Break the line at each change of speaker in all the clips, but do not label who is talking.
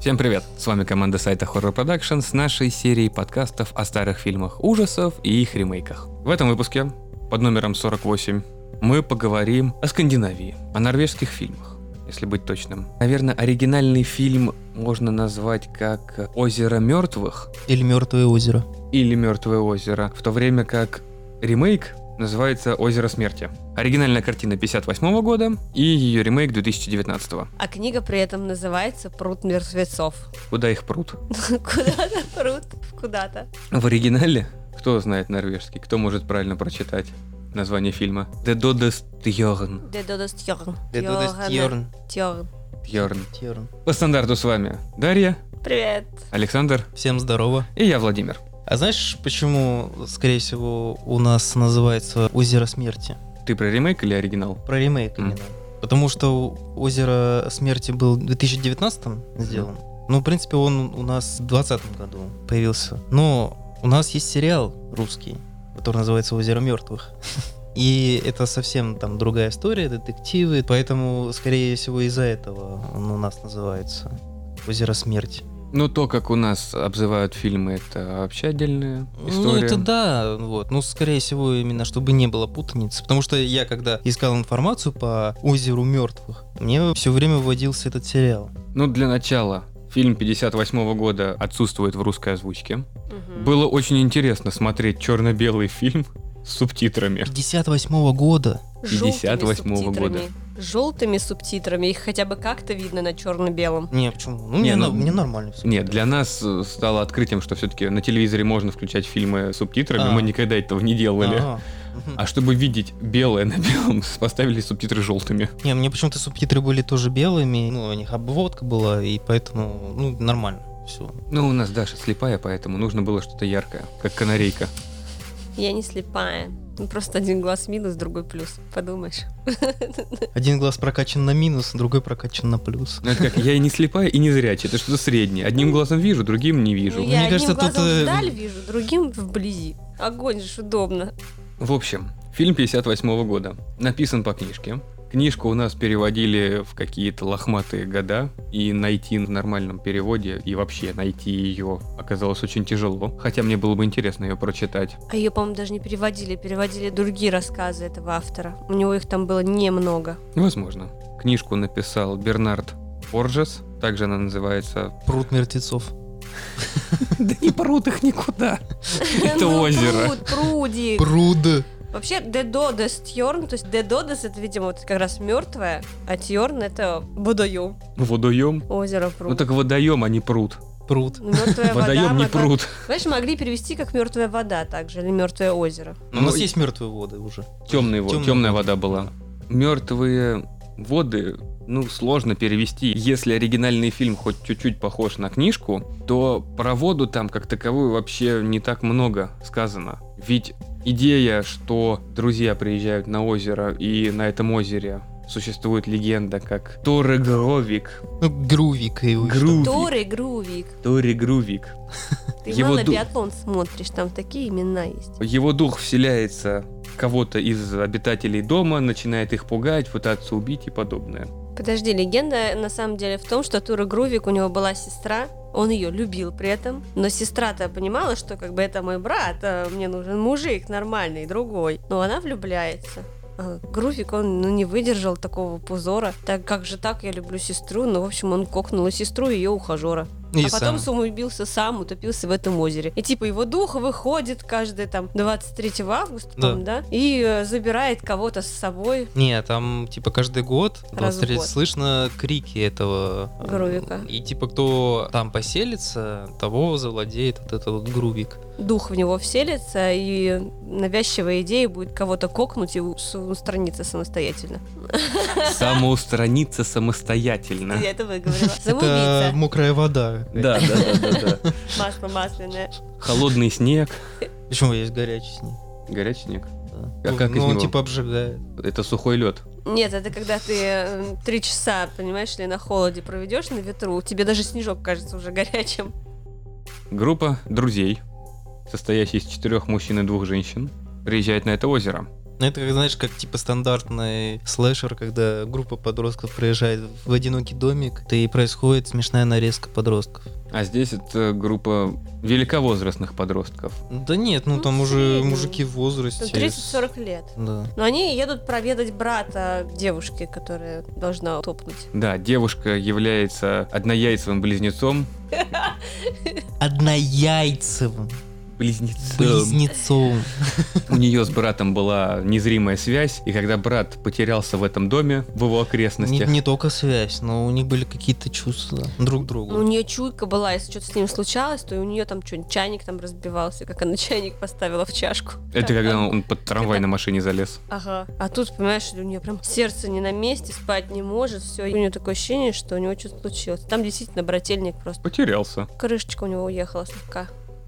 Всем привет! С вами команда сайта Horror Production с нашей серией подкастов о старых фильмах ужасов и их ремейках. В этом выпуске, под номером 48, мы поговорим о Скандинавии, о норвежских фильмах, если быть точным. Наверное, оригинальный фильм можно назвать как «Озеро мертвых»
Или Мертвое озеро.
или «Мертвое озеро», в то время как ремейк называется «Озеро смерти». Оригинальная картина 58 года и ее ремейк 2019
А книга при этом называется «Пруд мертвецов».
Куда их прут?
Куда-то пруд, куда-то.
В оригинале? Кто знает норвежский? Кто может правильно прочитать название фильма? The Doddest Jørn.
Де додост йорн.
Тьорн.
Йорн.
Jørn.
Тьорн.
По стандарту с вами Дарья,
Привет.
Александр
Всем здорово.
и я, Владимир.
А знаешь, почему, скорее всего, у нас называется Озеро Смерти?
Ты про ремейк или оригинал?
Про ремейк
М.
именно. Потому что у- Озеро Смерти был в 2019 сделан. Ну, в принципе, он у нас в 2020 году появился. Но у нас есть сериал русский, который называется «Озеро мертвых». И это совсем там другая история, детективы, поэтому, скорее всего, из-за этого он у нас называется «Озеро смерти».
Ну, то, как у нас обзывают фильмы, это вообще отдельная история.
Ну, это да, вот. Ну, скорее всего, именно чтобы не было путаницы. Потому что я, когда искал информацию по озеру мертвых, мне все время вводился этот сериал.
Ну, для начала, фильм 58 года отсутствует в русской озвучке.
Мгм.
Было очень интересно смотреть черно-белый фильм с субтитрами.
58 года.
Жёлтыми
58-го года.
субтитрами. Желтыми субтитрами. Их хотя бы как-то видно на черно-белом.
Не, почему? Ну,
Не,
мне,
ну,
на- мне нормально все.
Нет, для нас э, стало открытием, что все-таки на телевизоре можно включать фильмы с субтитрами.
А.
Мы никогда этого не делали. А чтобы видеть белое на белом, поставили субтитры желтыми.
Не, мне почему-то субтитры были тоже белыми, ну, у них обводка была, и поэтому, ну, нормально. Все.
Ну, у нас Даша слепая, поэтому нужно было что-то яркое, как канарейка.
Я не слепая. Ну, Просто один глаз минус, другой плюс. Подумаешь.
Один глаз прокачан на минус, другой прокачан на плюс.
Ну, это как, я и не слепая, и не зрячая. Это что-то среднее. Одним глазом вижу, другим не
Ну,
вижу.
Мне
я одним
кажется,
глазом
тут, э,
вдаль вижу, другим вблизи. Огонь же ж удобно.
В общем, фильм 58 года. Написан по книжке. Книжку у нас переводили в какие-то лохматые года, и найти в нормальном переводе, и вообще найти ее оказалось очень тяжело. Хотя мне было бы интересно ее прочитать.
А ее, по-моему, даже не переводили. Переводили другие рассказы этого автора. У него их там было немного.
Возможно. Книжку написал Бернард Борджес, также она называется
Пруд мертвецов.
Да не прут их никуда. Это
Ну,
озеро.
пруд, прудик.
Пруд.
Вообще, дедодес тьорн, то есть дедодес это, видимо, вот как раз мертвая, а тьорн это водоем,
Водоем.
озеро, пруд.
Ну так водоем, а не пруд.
Пруд.
Мертвая вода.
Водоем не
могла-
пруд.
Знаешь, могли перевести как мертвая вода также, или мертвое озеро.
у
Ну,
нас есть мертвые воды уже.
Темные во-
Темные
темная
воды.
вода была. Мертвые воды, ну, сложно перевести. Если оригинальный фильм хоть чуть-чуть похож на книжку, то про воду там как таковую вообще не так много сказано. Ведь идея, что друзья приезжают на озеро, и на этом озере существует легенда, как Торе Гровик.
Ну, грувик и вы что?
Грувик.
Торы, Грувик.
Торе Грувик.
Ты
Его
мало
ду-
биатлон смотришь, там такие имена есть.
Его дух вселяется в кого-то из обитателей дома, начинает их пугать, пытаться убить и подобное.
Подожди, легенда на самом деле в том, что Тура Грувик, у него была сестра, он ее любил при этом, но сестра-то понимала, что как бы это мой брат, а мне нужен мужик нормальный, другой, но она влюбляется. А Грувик, он ну, не выдержал такого позора. Так как же так, я люблю сестру. Ну, в общем, он кокнул и сестру, и ее ухажера.
И
а потом
сам.
самоубился сам, утопился в этом озере. И типа его дух выходит каждый там 23 августа,
Да.
по-моему, да? И э, забирает кого-то с собой.
Не, там, типа, каждый год
в
23
год.
слышно крики этого... э,
Грувика.
И, типа, кто там поселится, того завладеет вот этот вот грувик.
дух в него вселится, и навязчивая идея будет кого-то кокнуть и у- с- устраниться самостоятельно.
Самоустраниться самостоятельно.
Я это выговорила.
Это
Самоубийца.
мокрая вода.
Да, да, да, да, да.
Масло масляное.
Холодный снег.
Почему есть горячий снег?
Горячий снег.
Да.
А как
ну,
из
он,
него?
типа, обжигает.
Это сухой лед.
Нет, это когда ты э, три часа, понимаешь ли, на холоде проведешь на ветру, тебе даже снежок кажется уже горячим.
Группа друзей, состоящая из четырех мужчин и двух женщин, приезжает на это озеро.
Ну, это, как, знаешь, как типа стандартный слэшер, когда группа подростков приезжает в одинокий домик, и происходит смешная нарезка подростков.
А здесь это группа великовозрастных подростков.
Да нет, ну,
Ну,
там
в
уже
среднем.
мужики в возрасте.
30-40 лет.
Да.
Но они едут проведать брата девушки, которая должна топнуть.
Да, девушка является однояйцевым близнецом.
Однояйцевым,
Близнецом.
близнецовым.
У нее с братом была незримая связь, и когда брат потерялся в этом доме, в его
Не,
окрестностях,
не только связь, но у них были какие-то чувства друг к
Ну, у
другу.
нее чуйка была, если что-то с ним случалось, то и у нее там что-нибудь чайник там разбивался, как она чайник поставила в чашку.
это когда он под трамвай на машине залез.
Ага. А тут, понимаешь, у нее прям сердце не на месте, спать не может, все. У нее такое ощущение, что у него что-то случилось. Там действительно брательник просто.
Потерялся.
Крышечка у него уехала слегка.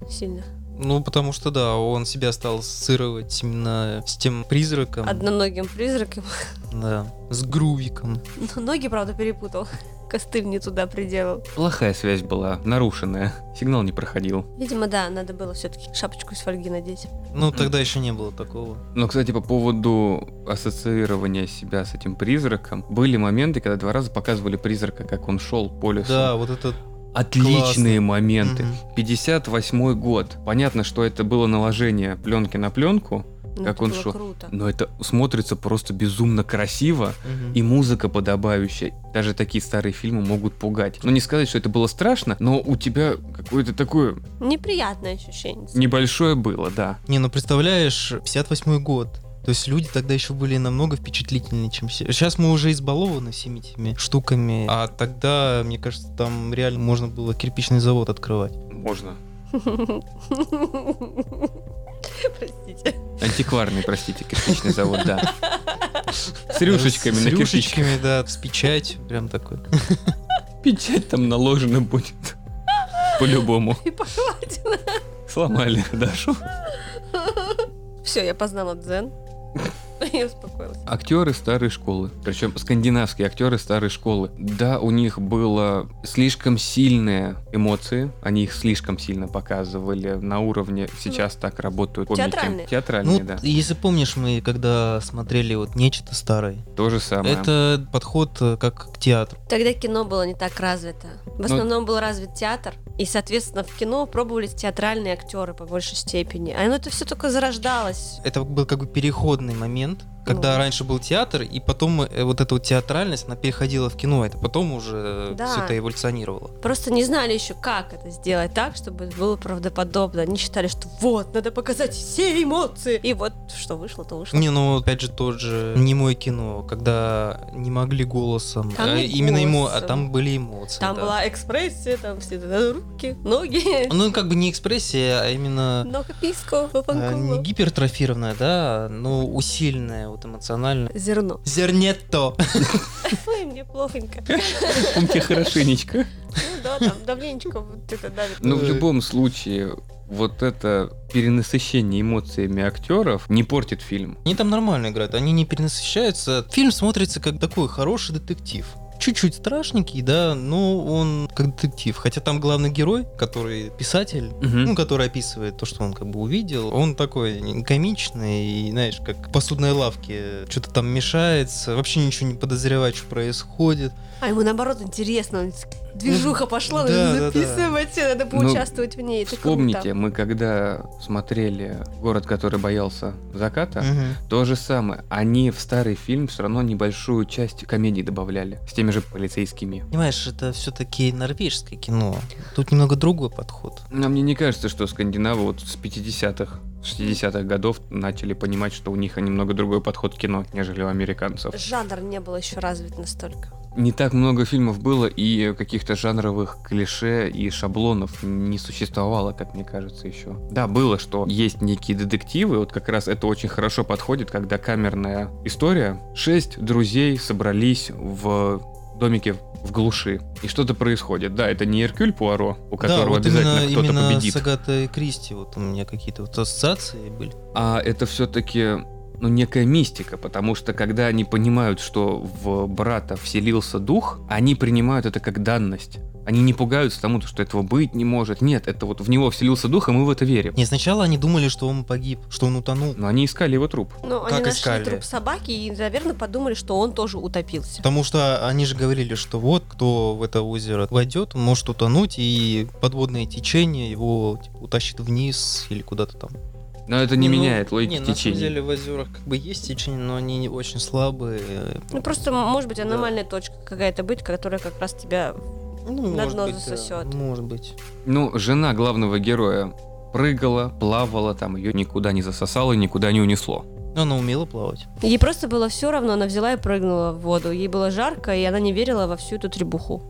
Сильно.
Ну, потому что, да, он себя стал ассоциировать именно с тем призраком.
Одноногим призраком.
Да, с грувиком.
Но ноги, правда, перепутал. Костыль не туда приделал.
Плохая связь была, нарушенная. Сигнал не проходил.
Видимо, да, надо было все-таки шапочку из фольги надеть.
Ну, тогда еще не было такого.
Но, кстати, по поводу ассоциирования себя с этим призраком, были моменты, когда два раза показывали призрака, как он шел по лесу.
Да, вот это...
Отличные
Классно.
моменты.
Мгм.
58 год. Понятно, что это было наложение пленки на пленку,
Ну,
Как
это
он
было
шел.
круто.
но это смотрится просто безумно красиво.
Мгм.
И музыка подобающая. Даже такие старые фильмы могут пугать. Но не сказать, что это было страшно, но у тебя какое-то такое
Неприятное ощущение.
небольшое было, да.
Не, ну представляешь, 58 год. То есть люди тогда еще были намного впечатлительнее, чем сейчас. Сейчас мы уже избалованы всеми этими штуками. А тогда, мне кажется, там реально можно было кирпичный завод открывать.
Можно.
Простите.
Антикварный, простите, кирпичный завод, да. С рюшечками
С
на кирпичке.
рюшечками, да, с печать. Прям такой.
Печать там наложена будет. По-любому.
И похватило.
Сломали Дашу.
Все, я познала дзен. Я успокоилась.
Актеры старой школы. Причем скандинавские актеры старой школы. Да, у них было слишком сильные эмоции. Они их слишком сильно показывали на уровне. Сейчас так работают комики.
Театральные.
Театральные,
Ну,
да.
если помнишь, мы когда смотрели вот нечто старое,
То же самое.
это подход э, как к театру.
Тогда кино было не так развито.
Ну,
В основном был развит театр, и, соответственно, в кино пробовались театральные актеры по большей степени. А оно это все только зарождалось.
Это был как бы переходный момент, когда
Ну.
раньше был театр, и потом э, вот эта вот театральность, она переходила в кино, это потом уже
Да.
все это эволюционировало.
Просто не знали еще, как это сделать так, чтобы это было правдоподобно. Они считали, что вот, надо показать все эмоции. И вот что вышло, то вышло.
Не, ну опять же тот же немое кино, когда не могли голосом,
Там
а
и
именно ему, а
голосом.
там были эмоции.
Там
да.
была экспрессия, там все это, руки, ноги,
Ну как бы не экспрессия, а именно
много писку,
э, не
папанкула.
гипертрофированная, да, но усиленная вот эмоционально.
Зерно.
Зернетто.
Ой, мне плохонько.
Помните хорошенечко.
Ну да, там давленечко вот это давит.
Ну, в
Э.
любом случае, вот это перенасыщение эмоциями актеров не портит фильм.
Они там нормально играют, они не перенасыщаются. Фильм смотрится как такой хороший детектив. Чуть-чуть страшненький, да, но он как детектив. Хотя там главный герой, который писатель, ну, который описывает то, что он как бы увидел, он такой комичный и, знаешь, как в посудной лавке что-то там мешается, вообще ничего не подозревает, что происходит.
А ему наоборот интересно, он с- движуха пошла,
Да, Ну, да,
надо
да.
записывать, э, надо поучаствовать в ней, это
Вспомните,
круто.
мы когда смотрели «Город, который боялся заката»,
Мгм.
то же самое. Они в старый фильм все равно небольшую часть комедии добавляли с теми же полицейскими.
Понимаешь, это все-таки норвежское кино. Тут немного другой подход.
Но А мне не кажется, что скандинавы вот с 50-х, 60-х годов начали понимать, что у них немного другой подход к кино, нежели у американцев.
Жанр не был еще развит настолько.
Не так много фильмов было, и каких-то жанровых клише и шаблонов не существовало, как мне кажется, еще. Да, было, что есть некие детективы, вот как раз это очень хорошо подходит, когда камерная история. Шесть друзей собрались в домике в глуши, и что-то происходит. Да, это не Эркюль Пуаро, у которого
да, вот
обязательно
именно,
кто-то
именно
победит,
с Агатой Кристи вот у меня какие-то вот ассоциации были.
а это все-таки ну, некая мистика, потому что когда они понимают, что в брата вселился дух, они принимают это как данность. Они не пугаются тому, что этого быть не может. Нет, это вот в него вселился дух, и мы в это верим.
Не, сначала они думали, что он погиб, что он утонул.
Но они искали его труп.
Ну,
Как
они нашли
искали?
труп собаки и, наверное, подумали, что он тоже утопился.
Потому что они же говорили, что вот кто в это озеро войдет, он может утонуть, и подводное течение его типа, утащит вниз или куда-то там.
Но это не
Ну,
меняет логики
не, на самом
течения.
деле в озерах как бы есть течение, но они не- очень слабые. э,
Ну, просто, может быть, аномальная точка какая-то быть, которая как раз тебя...
Ну,
На
может
дно
быть, да,
засосет.
Может быть.
Ну, жена главного героя прыгала, плавала, там ее никуда не засосало, и никуда не унесло.
Но она умела плавать.
Ей просто было все равно, она взяла и прыгнула в воду. Ей было жарко, и она не верила во всю эту требуху.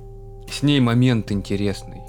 С ней момент интересный.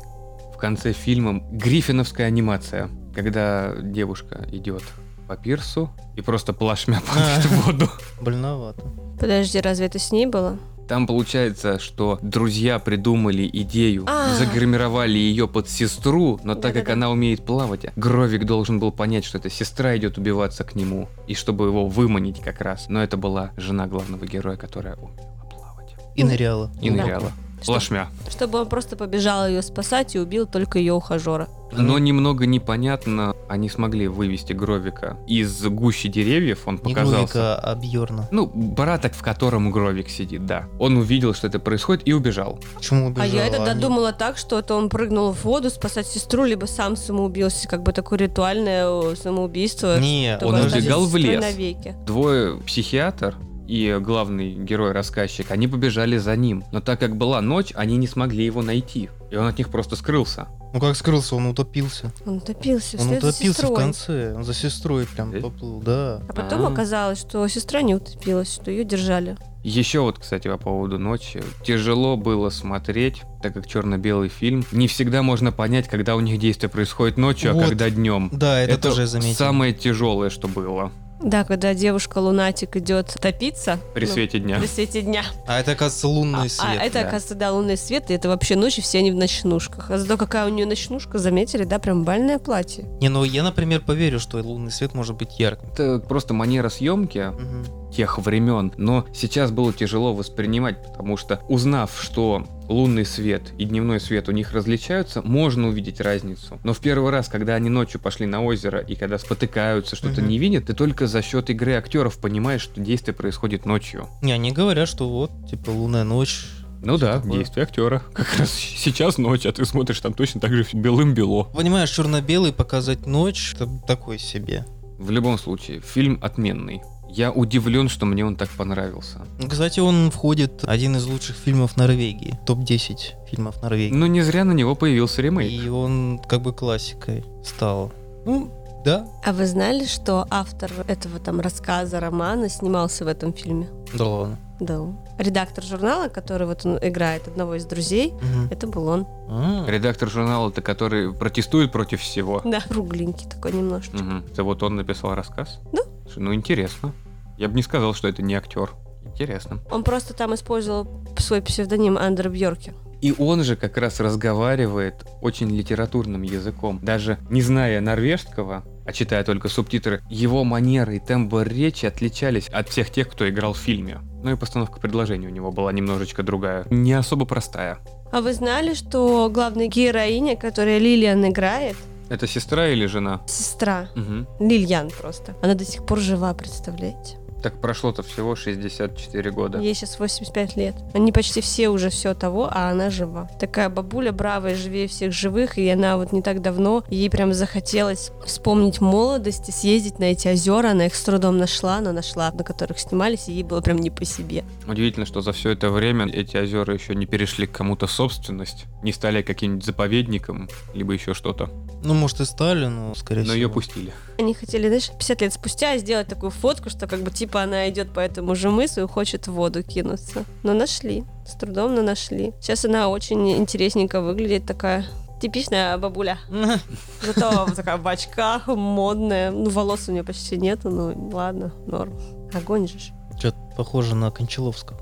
В конце фильма гриффиновская анимация, когда девушка идет по пирсу и просто плашмя падает в воду.
Больновато.
Подожди, разве это с ней было?
Там получается, что друзья придумали идею,
А.
загримировали ее под сестру, но так как
Да-да-да.
она умеет плавать, Гровик должен был понять, что это сестра идет убиваться к нему, и чтобы его выманить как раз. Но это была жена главного героя, которая умела плавать.
И
Ну,
ныряла.
И
Да.
ныряла.
Чтоб-
Плашмя.
Чтобы он просто побежал ее спасать и убил только ее ухажера.
Но немного непонятно, они смогли вывести Гровика из гущи деревьев, он
Не
показался.
Грувика, а Бьорна.
Ну, браток, в котором Гровик сидит, да. Он увидел, что это происходит, и убежал.
Почему
А
убежала?
я это
Они-
додумала так, что это он прыгнул в воду спасать сестру, либо сам самоубился, как бы такое ритуальное э, самоубийство.
Не,
чтобы
он
остаться с
убегал в
сестрой
лес.
Навеки.
Двое психиатр и главный герой-рассказчик, они побежали за ним. Но так как была ночь, они не смогли его найти. И он от них просто скрылся.
Ну как скрылся, он утопился.
Он утопился
Он
вслед за
утопился в
сестрой.
конце. Он за сестрой прям
Э?
поплыл, да.
А потом
А.
оказалось, что сестра не утопилась, что ее держали.
Еще вот, кстати, по поводу ночи. Тяжело было смотреть, так как черно-белый фильм. Не всегда можно понять, когда у них действие происходит ночью, а
Вот.
когда днем.
Да, это, тоже я заметил.
самое тяжелое, что было
Да, когда девушка-лунатик идет топиться
при
ну,
свете дня.
при свете дня.
А это, оказывается,
А,
лунный
а
свет.
это,
да.
оказывается, да, лунный свет, и это вообще ночи, все они в ночнушках. А зато какая у нее ночнушка, заметили, да, прям бальное платье.
Не, ну я, например, поверю, что лунный свет может быть ярким.
Это просто манера съемки
Мгм.
тех времен, но сейчас было тяжело воспринимать, потому что узнав, что лунный свет и дневной свет у них различаются, можно увидеть разницу. Но в первый раз, когда они ночью пошли на озеро и когда спотыкаются, что-то
Мгм.
не видят, ты только за счет игры актеров понимаешь, что действие происходит ночью.
Не, они говорят, что вот, типа, лунная ночь.
Ну
Всё
да,
такое.
действие актера. Как раз сейчас ночь, а ты смотришь там точно так же белым-бело.
Понимаешь, черно-белый показать ночь, это такой себе.
В любом случае, фильм отменный. Я удивлен, что мне он так понравился.
Ну, Кстати, он входит в один из лучших фильмов Норвегии. Топ-10 фильмов Норвегии.
Но не зря на него появился ремейк.
И он как бы классикой стал. Ну, да.
А вы знали, что автор этого там рассказа, романа снимался в этом фильме?
Да ладно.
Да. Редактор журнала, который вот он играет одного из друзей,
Мгм.
это был он.
А,
Редактор журнала-то, который протестует против всего.
Да. Кругленький такой немножечко.
Мгм. Это вот он написал рассказ?
Да.
Слушай, Ну, интересно. Я бы не сказал, что это не актер. Интересно.
Он просто там использовал свой псевдоним Андер Бьорки.
И он же как раз разговаривает очень литературным языком. Даже не зная норвежского, а читая только субтитры, его манеры и тембр речи отличались от всех тех, кто играл в фильме. Ну и постановка предложений у него была немножечко другая. Не особо простая.
А вы знали, что главная героиня, которая Лилиан играет,
Это сестра или жена?
сестра
Мгм.
Лильян просто, она до сих пор жива, представляете?
Так прошло-то всего 64 года.
Ей сейчас 85 лет. Они почти все уже все того, а она жива. Такая бабуля бравая, живее всех живых, и она вот не так давно, ей прям захотелось вспомнить молодость и съездить на эти озера. Она их с трудом нашла, но нашла, на которых снимались, и ей было прям не по себе.
Удивительно, что за все это время эти озера еще не перешли к кому-то в собственность, не стали каким-нибудь заповедником, либо еще что-то.
Ну, может, и стали, но, скорее
Но
всего.
ее пустили.
Они хотели, знаешь, 50 лет спустя сделать такую фотку, что как бы типа она идет по этому же мысу и хочет в воду кинуться. Но нашли. С трудом, но нашли. Сейчас она очень интересненько выглядит, такая типичная бабуля. Зато вот такая в очках, модная. Ну, волос у нее почти нету, ну ладно, норм. Огонь же. ж.
Что-то похоже на Кончаловского.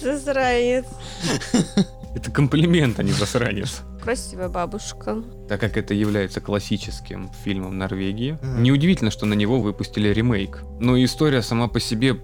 Засранец.
Это комплимент, а не засранец.
Красивая бабушка.
Так как это является классическим фильмом Норвегии,
Мгм.
неудивительно, что на него выпустили ремейк. Но история сама по себе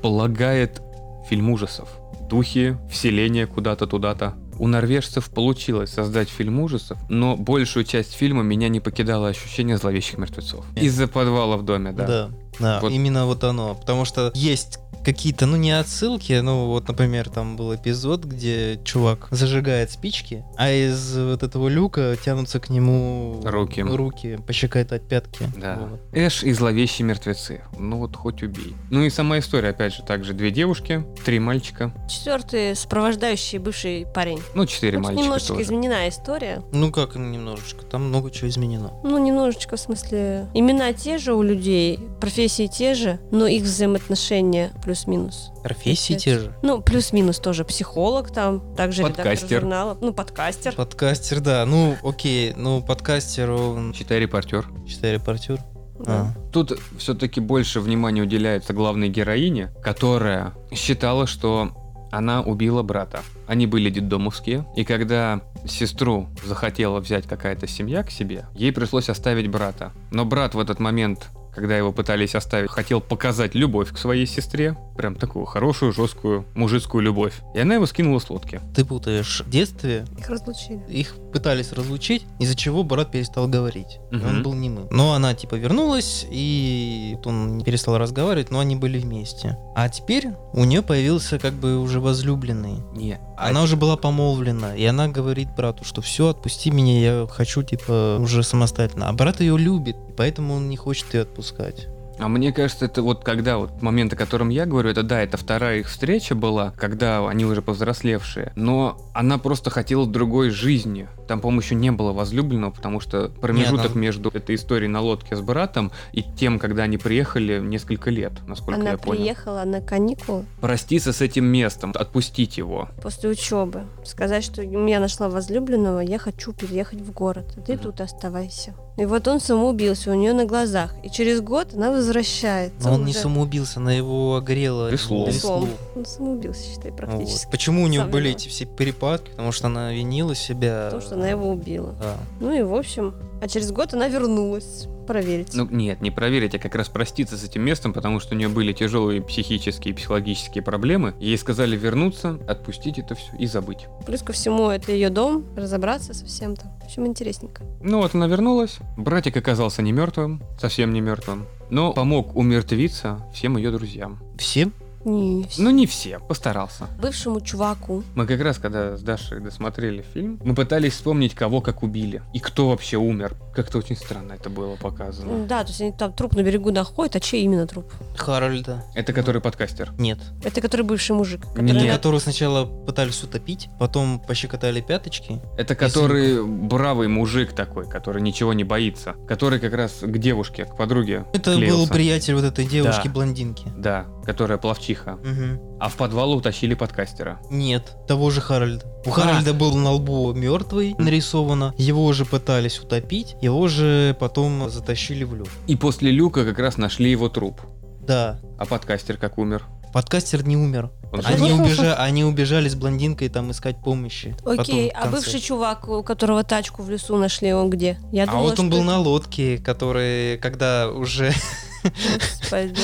предполагает фильм ужасов. Духи, вселение куда-то туда-то. У норвежцев получилось создать фильм ужасов, но большую часть фильма меня не покидало ощущение зловещих мертвецов.
Нет.
Из-за подвала в доме, да.
Да, да,
Вот.
именно вот оно. Потому что есть какие-то, ну, не отсылки, ну, вот, например, там был эпизод, где чувак зажигает спички, а из вот этого люка тянутся к нему
Руки.
руки пощекают от пятки.
Да.
Вот.
Эш и зловещие мертвецы. Ну вот хоть убей. Ну и сама история, опять же, также две девушки, три мальчика.
Четвертый сопровождающий бывший парень.
Ну, четыре
Тут
мальчика
немножечко
тоже.
изменена история.
Ну, как немножечко, там много чего изменено.
Ну, немножечко, в смысле, имена те же у людей, профессии те же, но их взаимоотношения плюс-минус.
Профессии
Капец.
те же.
Ну, плюс-минус тоже психолог там, также
Подкастер.
редактор журнала. Ну, подкастер.
Подкастер, да. Ну, окей, ну, подкастер, он,
Читай репортер.
считай, репортер. А.
Да.
Тут все-таки больше внимания уделяется главной героине, которая считала, что она убила брата. Они были детдомовские, и когда сестру захотела взять какая-то семья к себе, ей пришлось оставить брата. Но брат в этот момент когда его пытались оставить, хотел показать любовь к своей сестре. Прям такую хорошую, жесткую, мужицкую любовь. И она его скинула с лодки.
Ты путаешь. В детстве
Их разлучили.
их пытались разлучить, из-за чего брат перестал говорить. И
Мгм.
Он был немым. Но она типа вернулась, и вот он не перестал разговаривать, но они были вместе. А теперь у нее появился как бы уже возлюбленный.
Не,
Она уже была помолвлена, и она говорит брату, что все, отпусти меня, я хочу типа уже самостоятельно. А брат ее любит, и поэтому он не хочет ее отпускать.
А мне кажется, это вот когда вот момент, о котором я говорю, это да, это вторая их встреча была, когда они уже повзрослевшие. Но она просто хотела другой жизни. Там, по-моему, еще не было возлюбленного, потому что промежуток
она-
между этой историей на лодке с братом и тем, когда они приехали, несколько лет, насколько
Она
я понял.
приехала на каникулы
Проститься с этим местом, отпустить его.
после учебы. Сказать, что я нашла возлюбленного, я хочу переехать в город. А ты
Мгм.
тут оставайся. И вот он самоубился у нее на глазах. И через год она возвращается.
Но он не
уже.
самоубился, она его огрела.
Веслом.
веслом.
Веслом. Он самоубился, считай, практически.
Вот. Почему у нее
Сам
были
виноват.
эти все перепадки? Потому что она винила себя.
Потому что она его убила.
Да.
Ну и в общем. А через год она вернулась проверить.
Ну нет, не проверить, а как раз проститься с этим местом, потому что у нее были тяжелые психические и психологические проблемы. Ей сказали вернуться, отпустить это все и забыть.
Плюс ко всему, это ее дом, разобраться со всем там. В общем, интересненько.
Ну вот она вернулась. Братик оказался не мертвым, совсем не мертвым. Но помог умертвиться всем ее друзьям.
Всем?
Не все.
Ну не все, постарался.
Бывшему чуваку.
Мы как раз, когда с Дашей досмотрели фильм, мы пытались вспомнить, кого как убили. И кто вообще умер. Как-то очень странно это было показано.
Да, то есть они там труп на берегу находят, а чей именно труп?
Харальда.
Это который подкастер.
Нет.
Это который бывший мужик.
Не,
Который
Нет.
Которого сначала пытались утопить, потом пощекотали пяточки.
Это который бравый мужик такой, который ничего не боится. Который как раз к девушке, к подруге
Это был
клеился.
приятель вот этой
Да.
девушки-блондинки.
Да, которая плавчиха.
Мгм.
А в подвал утащили подкастера.
Нет, того же Харальда. У Харальда был на лбу мертвый нарисовано. Его же пытались утопить, его же потом затащили в люк.
И после люка как раз нашли его труп.
Да,
А подкастер как умер?
подкастер не умер.
Он же-
Они, убежа- они убежали с блондинкой там искать помощи.
Окей,
Потом в
а
конце.
бывший чувак, у которого тачку в лесу нашли, он где? Я
А вот он был на лодке, который, когда уже...
Господи.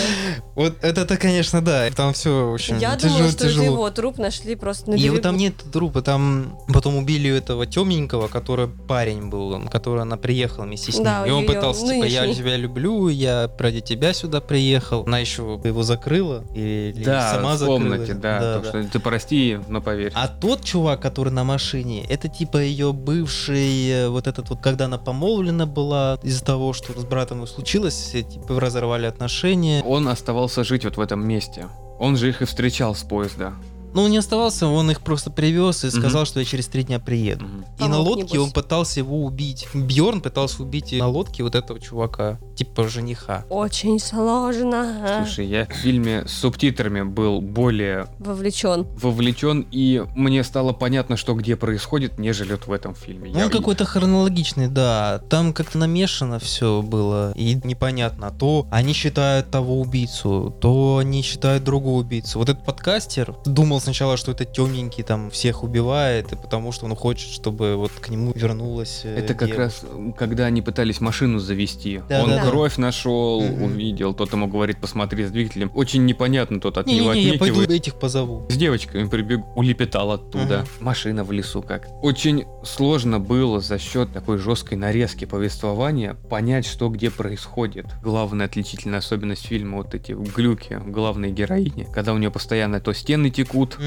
Вот это-то, конечно, да. Там все очень
Я
ну, тяжело,
думала, что это
тяжело.
его труп нашли просто на
И
берегу.
вот там нет трупа, там потом убили этого темненького, который парень был, он, который она приехала вместе с ним.
Да,
и он
её
пытался, типа, я
нынешний.
тебя люблю, я ради тебя сюда приехал. Она еще его закрыла, или, или
Да,
сама
в
закрыла.
комнате, да.
Да,
то,
да.
что ты прости, но поверь.
А тот чувак, который на машине, это типа ее бывший, э, вот этот вот, когда она помолвлена была, из-за того, что с братом и случилось, все, типа разорвали отношения.
Он оставался жить вот в этом месте. Он же их и встречал с поезда.
Но Ну, он не оставался, он их просто привез и сказал, что я через три дня приеду.
Мгм.
И на
Помог,
лодке
небось.
он пытался его убить. Бьорн пытался убить и на лодке вот этого чувака, типа жениха.
Очень
А?
сложно.
Слушай, я в фильме с субтитрами был более
Вовлечен.
вовлечен, и мне стало понятно, что где происходит, нежели вот в этом фильме.
Ну, Он какой-то хронологичный, да. Там как-то намешано все было. И непонятно. То они считают того убийцу, то они считают другого убийцу. Вот этот подкастер думал сначала, что это темненький там всех убивает, и потому что он хочет, чтобы чтобы вот к нему вернулась. э,
Это как
девушка.
раз, м, когда они пытались машину завести.
Да,
он
да, да.
кровь нашел,
Мгм.
увидел, тот ему говорит, посмотри с двигателем. Очень непонятно, тот от него
Не-не-не, я пойду
отникивает.
этих позову.
С девочками прибег, улепетал оттуда.
Ага.
Машина в лесу как. Очень сложно было за счет такой жесткой нарезки повествования понять, что где происходит. Главная отличительная особенность фильма вот эти глюки главной героини, когда у нее постоянно то стены текут,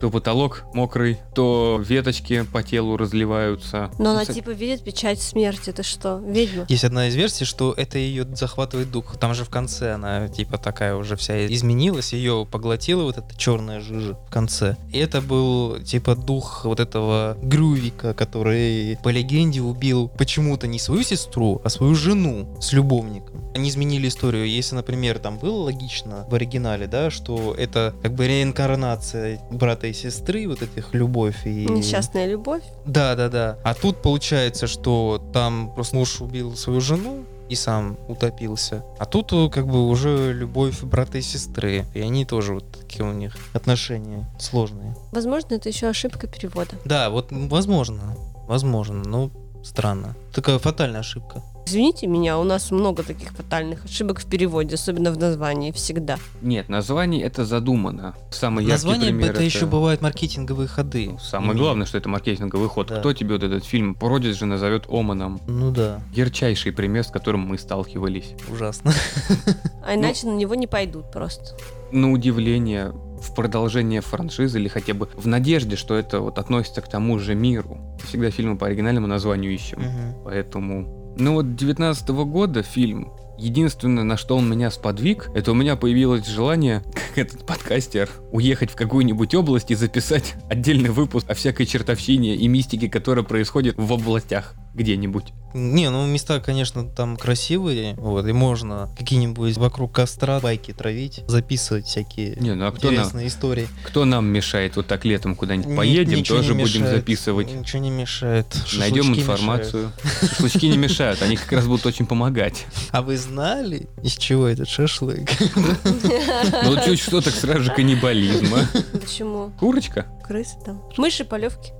то потолок мокрый, то веточки по телу разливаются.
Но
Ну,
она
ц-
типа видит печать смерти, ты что, ведьма?
Есть одна из версий, что это ее захватывает дух. Там же в конце она типа такая уже вся изменилась, ее поглотила вот эта черная жижа в конце. И это был типа дух вот этого Грювика, который по легенде убил почему-то не свою сестру, а свою жену с любовником. Они изменили историю. Если, например, там было логично в оригинале, да, что это как бы реинкарнация брата и сестры, вот этих любовь и...
Несчастная любовь.
Да, да, да. А тут получается, что там просто муж убил свою жену и сам утопился. А тут э, как бы уже любовь брата и сестры. И они тоже вот такие у них отношения сложные.
Возможно, это еще ошибка перевода.
Да, вот м, возможно. Возможно, но странно. Такая фатальная ошибка.
Извините меня, у нас много таких фатальных ошибок в переводе, особенно в названии, всегда.
Нет, название это задумано. Самый Ну, яркий
Название
пример
это, еще бывают маркетинговые ходы.
Ну, Самое
Именно.
главное, что это маркетинговый ход.
Да.
Кто тебе вот этот фильм «Породец» же назовет Оманом?
Ну да,
Ярчайший пример, с которым мы сталкивались.
ужасно. Ну.
А иначе на него не пойдут просто.
На удивление, в продолжение франшизы или хотя бы в надежде, что это вот относится к тому же миру. Всегда фильмы по оригинальному названию ищем.
Мгм.
Поэтому... Ну вот 19 года фильм, единственное, на что он меня сподвиг, это у меня появилось желание, как этот подкастер, уехать в какую-нибудь область и записать отдельный выпуск о всякой чертовщине и мистике, которая происходит в областях где-нибудь.
Не, ну места, конечно, там красивые, вот, и можно какие-нибудь вокруг костра байки травить, записывать всякие
Не, ну а кто нам,
интересные истории.
кто нам мешает? Вот так летом куда-нибудь
Ни-
поедем,
ничего
тоже
не
будем
мешает,
записывать.
Ничего не мешает. шашлычки
Найдем
мешают.
информацию. Шашлычки не мешают, они как раз будут очень помогать.
А вы знали, из чего этот шашлык?
Ну чуть что, так сразу же каннибализма.
Почему?
Курочка?
Крысы там. Мыши, полевки.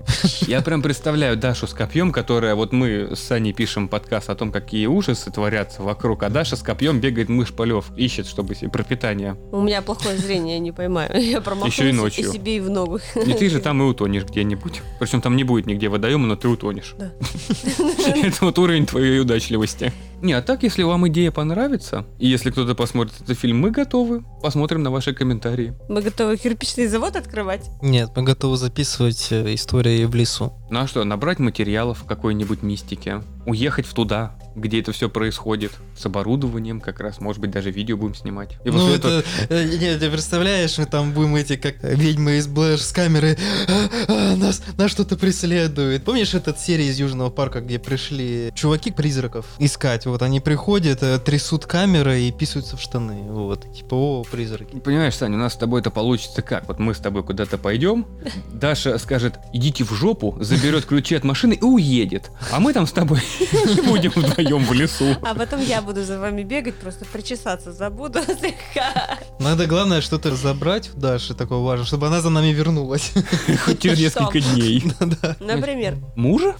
Я прям представляю Дашу с копьем, которая... Вот мы с Саней пишем подкаст о том, какие ужасы творятся вокруг, а Даша с копьем бегает мышь полев, ищет, чтобы себе пропитание.
У меня плохое зрение, я не поймаю. Я промахнулась
Ещё и ночью.
себе и в ногу.
И ты же там и утонешь где-нибудь. Причем там не будет нигде водоема, но ты утонешь.
Да.
Это вот уровень твоей удачливости. Не, а так, если вам идея понравится, и если кто-то посмотрит этот фильм, мы готовы. Посмотрим на ваши комментарии.
Мы готовы кирпичный завод открывать.
Нет, мы готовы записывать э, истории в лесу.
Ну а что, набрать материалов в какой-нибудь мистике, уехать в туда, где это все происходит, с оборудованием как раз, может быть, даже видео будем снимать. И
ну
после этого-
это, э, не, ты представляешь, мы там будем эти, как ведьмы из Блэш с камеры, «А, а, нас, нас что-то преследует. Помнишь этот серия из Южного парка, где пришли чуваки-призраков искать? Вот они приходят, э, трясут камеры и писаются в штаны. Вот, типа, о, призраки.
Понимаешь, Саня, у нас с тобой это получится как? Вот мы с тобой куда-то пойдем, Даша скажет, идите в жопу, заберет ключи от машины и уедет. А мы там с тобой будем вдвоем в лесу.
А потом я буду за вами бегать, просто причесаться забуду слегка.
Надо, главное, что-то забрать у Даши, такое важное, чтобы она за нами вернулась.
Хоть через несколько дней.
Да.
Например,
Мужа?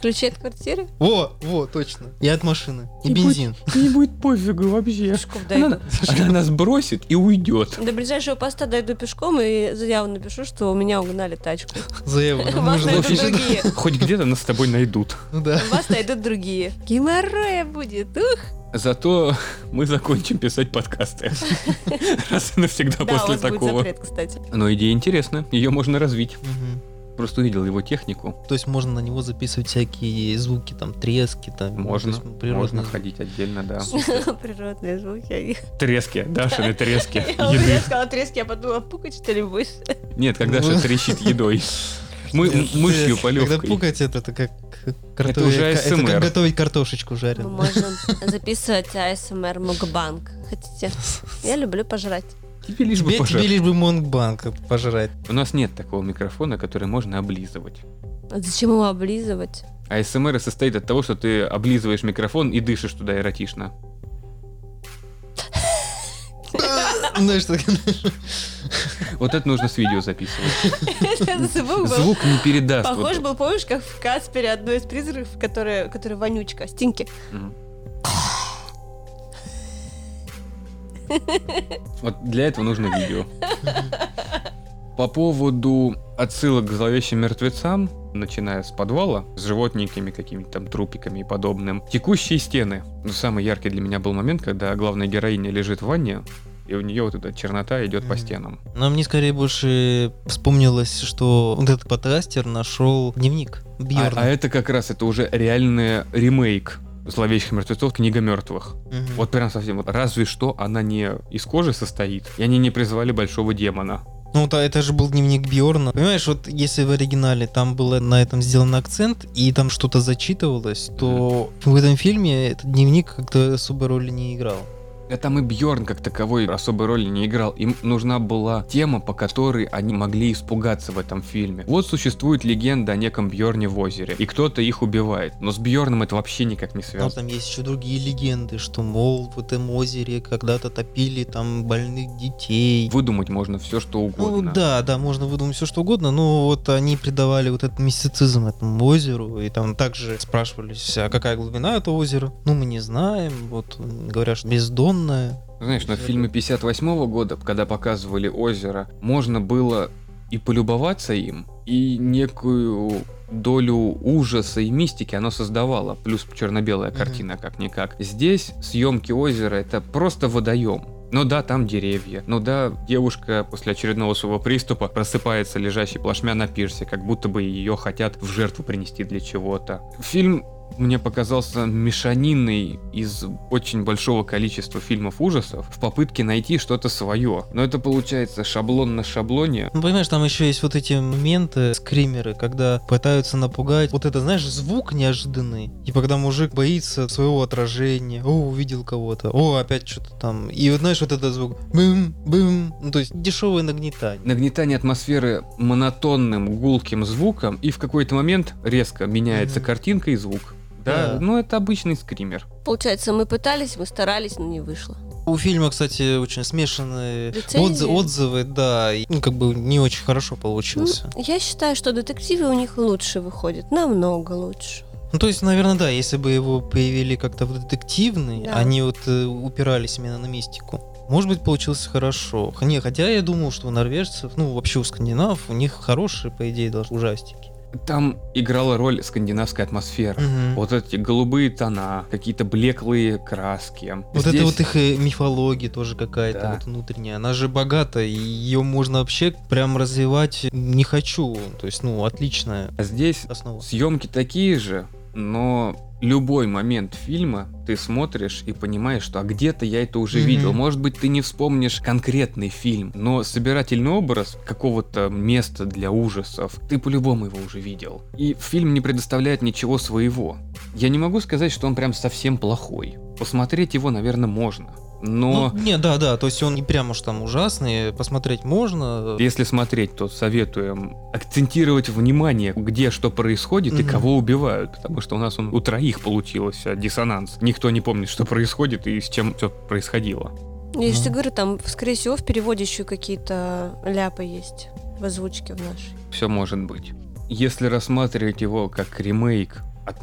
ключи от квартиры,
Во, во, точно. И от машины. И
И будь-
бензин.
Не будет пофигу вообще.
пешком дойду.
Она, она нас бросит и уйдет.
До ближайшего поста дойду пешком и заяву напишу, что у меня угнали тачку.
Заяву. на мужа
Вас
это
найдут
ну вообще-
напиши.
другие.
Хоть где-то нас с тобой найдут.
Ну да.
Вас найдут другие. Геморроя будет. Ух.
Зато мы закончим писать подкасты. Раз и навсегда
Да, у
А после
вас будет
такого.
запрет, кстати.
Но идея интересная, ее можно развить.
Мгм.
Просто увидел его технику.
То есть можно на него записывать всякие звуки, там, трески, там.
Можно,
то есть природные
можно
звуки.
ходить отдельно, да.
Природные звуки.
Трески, Дашины трески,
Я уже
еды.
сказала трески, я подумала, пукать что ли будешь?
Нет, когда Даша трещит едой. Мы
Э,
м- мышью
Когда
полевкой.
пукать это, это как
Это уже
картофель. Это
ASMR.
как готовить картошечку
Мы
жареную.
можем записывать А АСМР Мукбанк. Хотите? Я люблю пожрать.
Тебе лишь бы
Тебе, тебе
пожар.
лишь бы Монкбанк пожрать.
У нас нет такого микрофона, который можно облизывать.
А зачем его облизывать?
А СМР состоит от того, что ты облизываешь микрофон и дышишь туда эротично.
Знаешь, так,
Вот это нужно с видео записывать.
Это звук был.
Звук не передаст. вот
Похож
это.
был, помнишь, как в Каспере одной из призраков, которая, которая вонючка, стинки.
Мгм. Вот для этого нужно видео. По поводу отсылок к зловещим мертвецам, начиная с подвала, с животниками, какими-то там трупиками и подобным. Текущие стены. Ну, самый яркий для меня был момент, когда главная героиня лежит в ванне, и у нее вот эта чернота идет по
Мгм.
стенам.
Но мне скорее больше вспомнилось, что вот этот подкастер нашел дневник
А,
Бьорна.
а это как раз, это уже реальный ремейк зловещих мертвецов Книга мертвых.
Мгм.
Вот прям совсем. Вот разве что она не из кожи состоит, и они не призвали большого демона.
Ну, да, это же был дневник Бьорна. Понимаешь, вот если в оригинале там было на этом сделан акцент, и там что-то зачитывалось, то в этом фильме этот дневник как-то особой роли не играл.
Да там и Бьорн как таковой особой роли не играл. Им нужна была тема, по которой они могли испугаться в этом фильме. Вот существует легенда о неком Бьорне в озере, и кто-то их убивает. Но с Бьорном это вообще никак не
Но
связано.
там есть еще другие легенды, что, мол, в этом озере когда-то топили там больных детей.
Выдумать можно все, что угодно.
Ну да, да, можно выдумать все что угодно, но вот они придавали вот этот мистицизм этому озеру, и там также спрашивались, а какая глубина этого озера? Ну мы не знаем, вот м, говорят, что бездонная.
Знаешь, на фильме 58 года, когда показывали озеро, можно было и полюбоваться им, и некую долю ужаса и мистики оно создавало, плюс черно-белая
Мгм.
картина как-никак. Здесь съемки озера — это просто водоем. Ну да, там деревья. Ну да, девушка после очередного своего приступа просыпается лежащей плашмя на пирсе, как будто бы ее хотят в жертву принести для чего-то. Фильм мне показался мешаниной из очень большого количества фильмов ужасов в попытке найти что-то свое. Но это получается шаблон на шаблоне.
Ну понимаешь, там еще есть вот эти моменты, скримеры, когда пытаются напугать. Вот это, знаешь, звук неожиданный. Типа когда мужик боится своего отражения, о, увидел кого-то, о, опять что-то там. И вот знаешь, вот этот звук, бым-бым, ну то есть дешевое нагнетание.
Нагнетание атмосферы монотонным гулким звуком, и в какой-то момент резко меняется
Мгм.
картинка и звук. Да,
Да.
ну это обычный скример.
Получается, мы пытались, мы старались, но не вышло.
У фильма, кстати, очень смешанные
Рецензии?
отзы- отзывы, да, и, ну, как бы не очень хорошо
Ну,
получился.
я считаю, что детективы у них лучше выходят, намного лучше.
Ну, то есть, наверное, да, если бы его появили как-то в детективный,
Да.
они вот э, упирались именно на мистику. Может быть, получилось хорошо. Х- Не, хотя я думал, что у норвежцев, ну, вообще у скандинав, у них хорошие, по идее, должны ужастики.
Там играла роль скандинавская атмосфера.
Мгм.
Вот эти голубые тона, какие-то блеклые краски.
Вот
Здесь-
это вот их э, мифология тоже какая-то
Да.
вот внутренняя. Она же богата, и ее можно вообще прям развивать не хочу. То есть, ну, отличная
а Здесь
основа.
Съемки такие же, но любой момент фильма ты смотришь и понимаешь, что а где-то я это уже
Мгм.
видел. Может быть, ты не вспомнишь конкретный фильм, но собирательный образ какого-то места для ужасов, ты по-любому его уже видел. И фильм не предоставляет ничего своего. Я не могу сказать, что он прям совсем плохой. Посмотреть его, наверное, можно. Но...
Ну, не, да, да, то есть он не прям уж там ужасный, посмотреть можно.
Если смотреть, то советуем акцентировать внимание, где что происходит и
Мгм.
кого убивают. Потому что у нас он у троих получился диссонанс. Никто не помнит, что происходит и с чем все происходило.
Я же
Ну.
тебе говорю, там, скорее всего, в переводе еще какие-то ляпы есть в озвучке в нашей.
Все может быть. Если рассматривать его как ремейк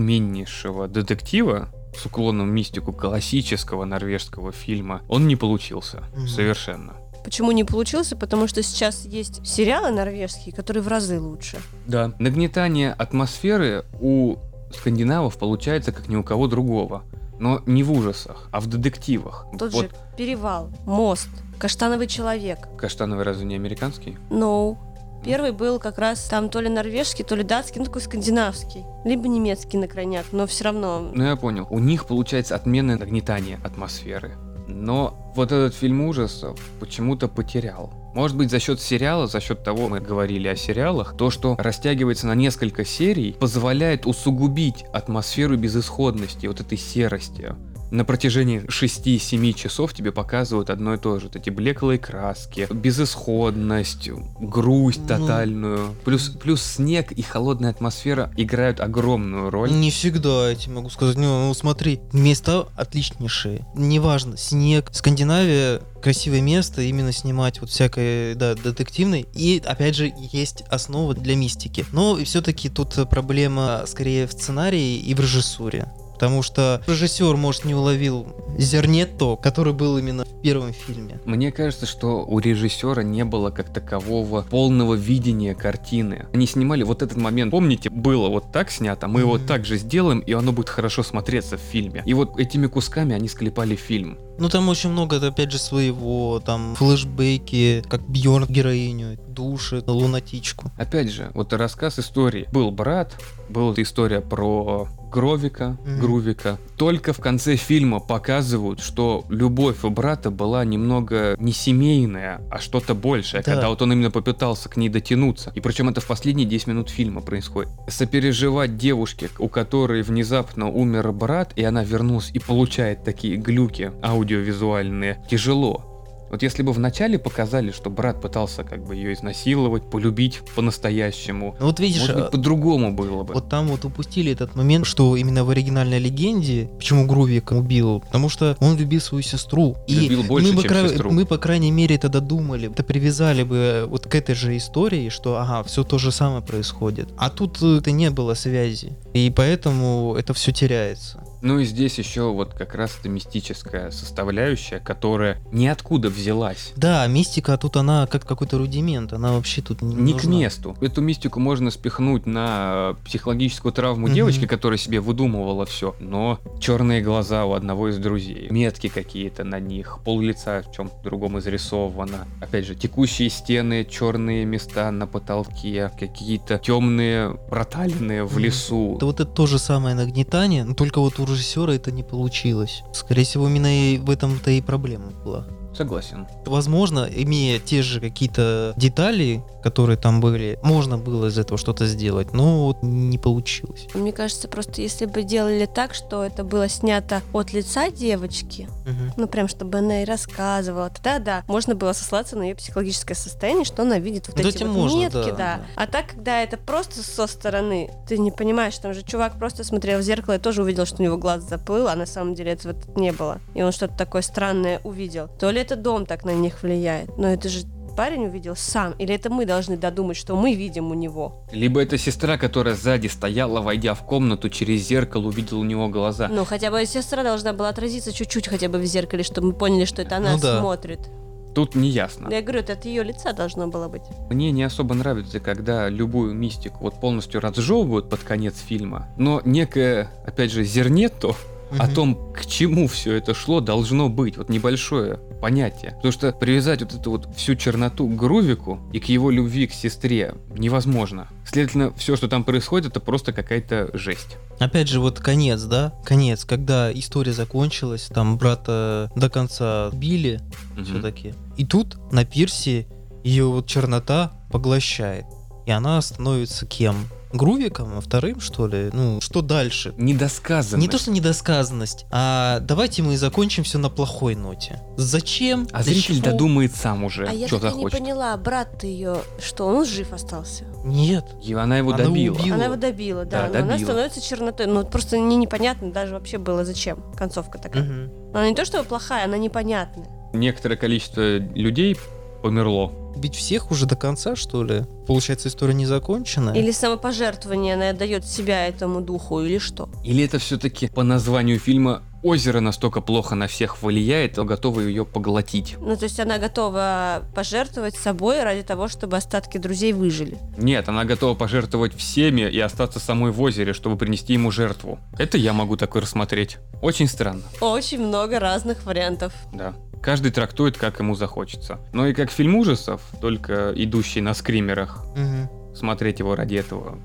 отменнейшего детектива с уклоном в мистику классического норвежского фильма, он не получился.
Мгм.
Совершенно.
Почему не получился? Потому что сейчас есть сериалы норвежские, которые в разы лучше.
Да. Нагнетание атмосферы у скандинавов получается как ни у кого другого. Но не в ужасах, а в детективах.
Тот
вот
же перевал, мост, каштановый человек.
Каштановый разве не американский?
No. Первый был как раз там то ли норвежский, то ли датский, ну такой скандинавский. Либо немецкий на крайняк, но все равно.
Ну я понял. У них получается отменное нагнетание атмосферы. Но вот этот фильм ужасов почему-то потерял. Может быть, за счет сериала, за счет того, мы говорили о сериалах, то, что растягивается на несколько серий, позволяет усугубить атмосферу безысходности, вот этой серости. на протяжении 6-7 часов тебе показывают одно и то же. Вот эти блеклые краски, безысходность, грусть
Ну.
тотальную. Плюс, плюс снег и холодная атмосфера играют огромную роль.
Не всегда, я тебе могу сказать. Ну, ну, смотри, места отличнейшие. Неважно, снег, Скандинавия, красивое место, именно снимать вот всякое, да, детективное. И, опять же, есть основа для мистики. Но все-таки тут проблема скорее в сценарии и в режиссуре. Потому что режиссер, может, не уловил зернето, который был именно в первом фильме.
Мне кажется, что у режиссера не было как такового полного видения картины. Они снимали вот этот момент. Помните, было вот так снято, мы его
Мгм.
так же сделаем, и оно будет хорошо смотреться в фильме. И вот этими кусками они склепали фильм.
Ну, там очень много, это, опять же, своего, там, флешбеки, как Бьорн героиню душит, лунатичку.
Опять же, вот рассказ истории. Был брат, была история про Гровика,
Мгм.
Грувика. Только в конце фильма показывают, что любовь у брата была немного не семейная, а что-то большее,
Да.
когда вот он именно попытался к ней дотянуться. И причем это в последние 10 минут фильма происходит. Сопереживать девушке, у которой внезапно умер брат, и она вернулась и получает такие глюки аудиовизуальные, тяжело. Вот если бы вначале показали, что брат пытался как бы ее изнасиловать, полюбить по-настоящему,
Ну, вот видишь,
может
а-
быть, по-другому было бы.
Вот там вот упустили этот момент, что именно в оригинальной легенде, почему Грувик убил, потому что он любил свою сестру.
Любил больше,
мы, бы
чем
кра-
сестру.
мы, по крайней мере, тогда думали, это привязали бы э, вот к этой же истории, что, ага, все то же самое происходит. А тут э, это не было связи, и поэтому это все теряется.
Ну и здесь еще вот как раз эта мистическая составляющая, которая ниоткуда взялась.
Да, мистика а тут, она как какой-то рудимент, она вообще тут не
Не к
нужна.
месту. Эту мистику можно спихнуть на э, психологическую травму
Мгм.
девочки, которая себе выдумывала все. Но черные глаза у одного из друзей, метки какие-то на них, пол лица в чем-то другом изрисовано. Опять же, текущие стены, черные места на потолке, какие-то темные проталины в
Мгм.
лесу.
Это вот это то же самое нагнетание, но только вот у режиссера это не получилось. Скорее всего, именно и в этом-то и проблема была.
Согласен.
Возможно, имея те же какие-то детали, которые там были, можно было из этого что-то сделать, но вот не получилось.
Мне кажется, просто если бы делали так, что это было снято от лица девочки, ну прям чтобы она и рассказывала, тогда да, можно было сослаться на ее психологическое состояние, что она видит вот
Да,
эти
этим
вот
можно,
метки,
да,
да.
да.
А так, когда это просто со стороны, ты не понимаешь, там же чувак просто смотрел в зеркало и тоже увидел, что у него глаз заплыл, а на самом деле этого тут не было. И он что-то такое странное увидел. То ли это дом так на них влияет, но это же парень увидел сам, или это мы должны додумать, что мы видим у него.
Либо это сестра, которая сзади стояла, войдя в комнату, через зеркало увидела у него глаза.
Ну, хотя бы сестра должна была отразиться чуть-чуть хотя бы в зеркале, чтобы мы поняли, что это она
Ну да.
смотрит.
Тут не ясно.
Я говорю, это от ее лица должно было быть.
Мне не особо нравится, когда любую мистику вот полностью разжевывают под конец фильма, но некое, опять же, зернето
А
о том, к чему все это шло, должно быть. Вот небольшое понятие. Потому что привязать вот эту вот всю черноту к Грувику и к его любви к сестре невозможно. Следовательно, все, что там происходит, это просто какая-то жесть.
Опять же, вот конец, да? Конец, когда история закончилась, там брата до конца били
Мгм.
все-таки. И тут на пирсе ее вот чернота поглощает. И она становится кем? Грувиком, а вторым, что ли? Ну, что дальше?
Недосказанность.
Не то, что недосказанность, а давайте мы закончим все на плохой ноте. Зачем?
А
Для
зритель
чего?
додумает сам уже,
А я
что
так и не
захочет.
поняла, брат ты ее, что он жив остался?
Нет.
И она его
Она
добила.
убила.
Она его добила, да,
Да,
но она
добила.
становится чернотой. Ну вот просто мне непонятно даже вообще было зачем концовка такая. Она не то что плохая, она непонятная.
Некоторое количество людей померло.
Ведь всех уже до конца, что ли? Получается, история не закончена?
Или самопожертвование она отдает себя этому духу или что?
Или это все-таки по названию фильма озеро настолько плохо на всех влияет, что готовы ее поглотить?
Ну то есть она готова пожертвовать собой ради того, чтобы остатки друзей выжили.
Нет, она готова пожертвовать всеми и остаться самой в озере, чтобы принести ему жертву. Это я могу такое рассмотреть. Очень странно,
Очень много разных вариантов.
да. Каждый трактует, как ему захочется. Но и как фильм ужасов, только идущий на скримерах,
Мгм.
смотреть его ради этого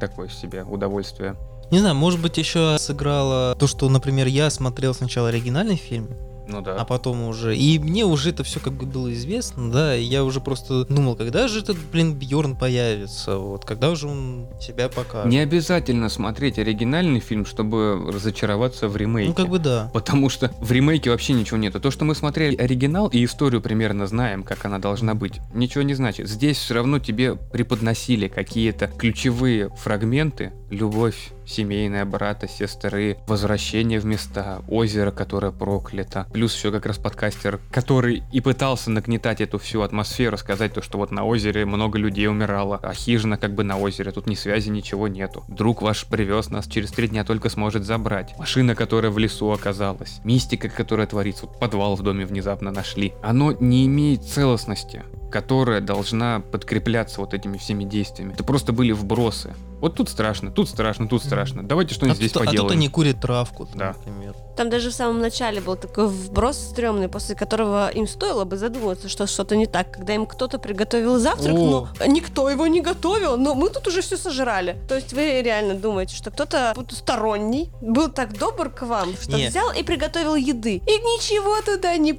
такое себе удовольствие.
Не знаю, может быть, еще сыграло то, что, например, я смотрел сначала оригинальный фильм,
Ну да.
а потом уже. И мне уже это все как бы было известно, да, и я уже просто думал, когда же этот, блин, Бьорн появится, вот, когда уже он себя покажет.
Не обязательно смотреть оригинальный фильм, чтобы разочароваться в ремейке.
ну, как бы да.
Потому что в ремейке вообще ничего нету. То, что мы смотрели оригинал и историю примерно знаем, как она должна быть, ничего не значит. Здесь все равно тебе преподносили какие-то ключевые фрагменты. Любовь семейная, брата, сестры, возвращение в места, озеро, которое проклято. Плюс еще как раз подкастер, который и пытался нагнетать эту всю атмосферу, сказать то, что вот на озере много людей умирало, а хижина как бы на озере, тут ни связи, ничего нету. Друг ваш привез нас, через три дня только сможет забрать. Машина, которая в лесу оказалась. Мистика, которая творится. Вот подвал в доме внезапно нашли. Оно не имеет целостности которая должна подкрепляться вот этими всеми действиями. Это просто были вбросы. Вот тут страшно, тут страшно, тут страшно. Давайте
А
что-нибудь здесь
тут, а тут
поделаем.
они курят травку, там,
Да.
например.
Там даже в самом начале был такой вброс стрёмный, после которого им стоило бы задуматься, что что-то не так, когда им кто-то приготовил завтрак,
О.
но никто его не готовил, но мы тут уже все сожрали. То есть вы реально думаете, что кто-то сторонний был так добр к вам, что
Не.
взял и приготовил еды, и ничего туда не
Не-не-не.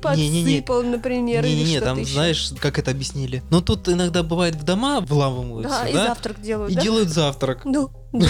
подсыпал, например, или
Не-не,
что-то
там,
ещё.
знаешь, как это объяснили. Но тут иногда бывает в дома вламываются,
да,
да,
и завтрак делают,
и
да?
делают завтрак.
Ну,
Вот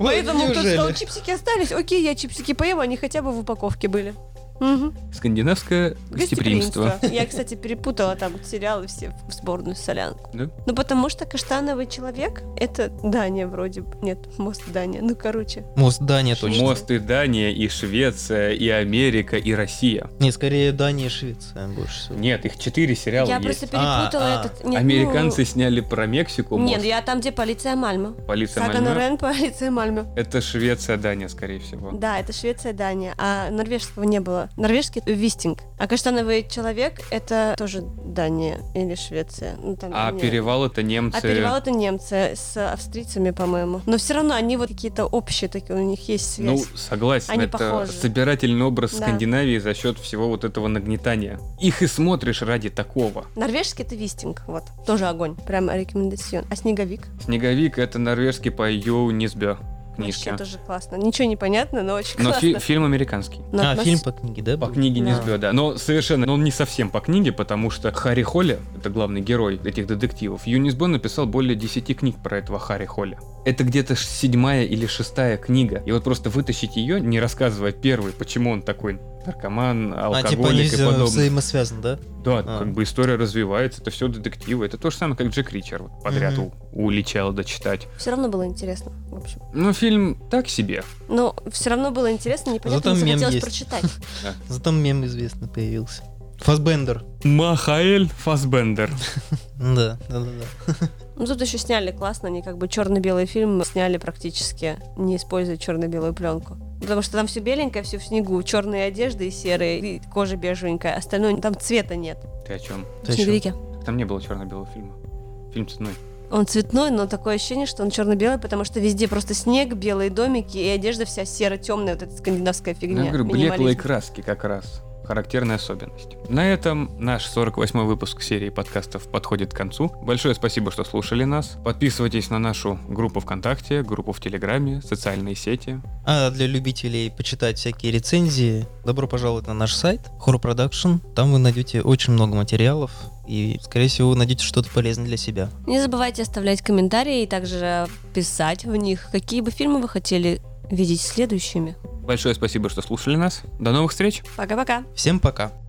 поэтому кто
неужели?
сказал, чипсики остались, окей, я чипсики поем, они хотя бы в упаковке были. Мгм.
Скандинавское гостеприимство.
Гостеприимство. Я, кстати, перепутала там сериалы все в сборную солянку.
Да?
Ну, потому что «Каштановый человек» — это Дания вроде бы. Нет, мост Дания. Ну, короче.
Мост Дания точно.
Мост и Дания, и Швеция, и Америка, и Россия.
Не, скорее Дания и Швеция больше всего.
Нет, их четыре сериала
я
есть.
просто перепутала
А, а.
этот... нет,
Американцы сняли про Мексику
ну,
мост.
Нет, я там, где «Полиция Мальма».
Полиция
Сага
Мальме.
Норен, «Полиция Мальма».
Это Швеция, Дания, скорее всего.
Да, это Швеция, Дания. А норвежского не было. Норвежский — Вистинг. А «Каштановый человек» — это тоже Дания или Швеция. Ну, там
А
не-
перевал это немцы.
А перевал это немцы с австрийцами, по-моему. Но все равно они вот какие-то общие такие, у них есть
Ну,
связь.
согласен,
Они
это
похожи.
собирательный образ
Да.
Скандинавии за счет всего вот этого нагнетания. Их и смотришь ради такого.
Норвежский это вистинг, вот. Тоже огонь. Прям рекомендацион. А снеговик?
Снеговик это норвежский по Йоу Нисбе книжке.
Вообще тоже классно. Ничего не понятно, но очень
Но фи-
классно.
фильм американский.
Но
а,
атмос-
фильм по книге, да?
По
был?
книге не
Да.
сбил, да. Но совершенно, но он не совсем по книге, потому что Харри Холли, это главный герой этих детективов, Юнис Бо написал более 10 книг про этого Харри Холли. Это где-то ш- седьмая или шестая книга. И вот просто вытащить ее, не рассказывая первый, почему он такой наркоман,
А, типа они
алкоголик и
вза-
подобное.
взаимосвязаны, да?
Да,
А.
как бы история развивается, это все детективы. Это то же самое, как Джек Ричер вот подряд
Мгм.
у, у Ли Чайлда читать.
Все равно было интересно, в общем.
Но фильм так себе.
Но все равно было интересно, непонятно,
Зато
не
мем
захотелось
есть.
прочитать.
Зато мем известный появился. Фасбендер.
Махаэль Фасбендер.
Да, да, да, да.
Ну тут еще сняли классно, они как бы черно-белый фильм сняли практически, не используя черно-белую пленку. Потому что там все беленькое, все в снегу, черные одежды и серые, и кожа бежевенькая, остальное там цвета нет.
Ты о чем?
Ты
В
о чём?
снеговике.
Там не было черно-белого фильма. Фильм цветной.
Он цветной, но такое ощущение, что он черно-белый, потому что везде просто снег, белые домики и одежда вся серо-темная, вот эта скандинавская
Ну,
фигня.
я говорю,
минимализм.
блеклые краски как раз. Характерная особенность. На этом наш 48-й выпуск серии подкастов подходит к концу. Большое спасибо, что слушали нас. Подписывайтесь на нашу группу ВКонтакте, группу в Телеграме, социальные сети.
А для любителей почитать всякие рецензии, добро пожаловать на наш сайт Horror Production. Там вы найдете очень много материалов и, скорее всего, вы найдете что-то полезное для себя.
Не забывайте оставлять комментарии и также писать в них, какие бы фильмы вы хотели видеть следующими.
Большое спасибо, что слушали нас. До новых встреч!
Пока-пока!
Всем пока!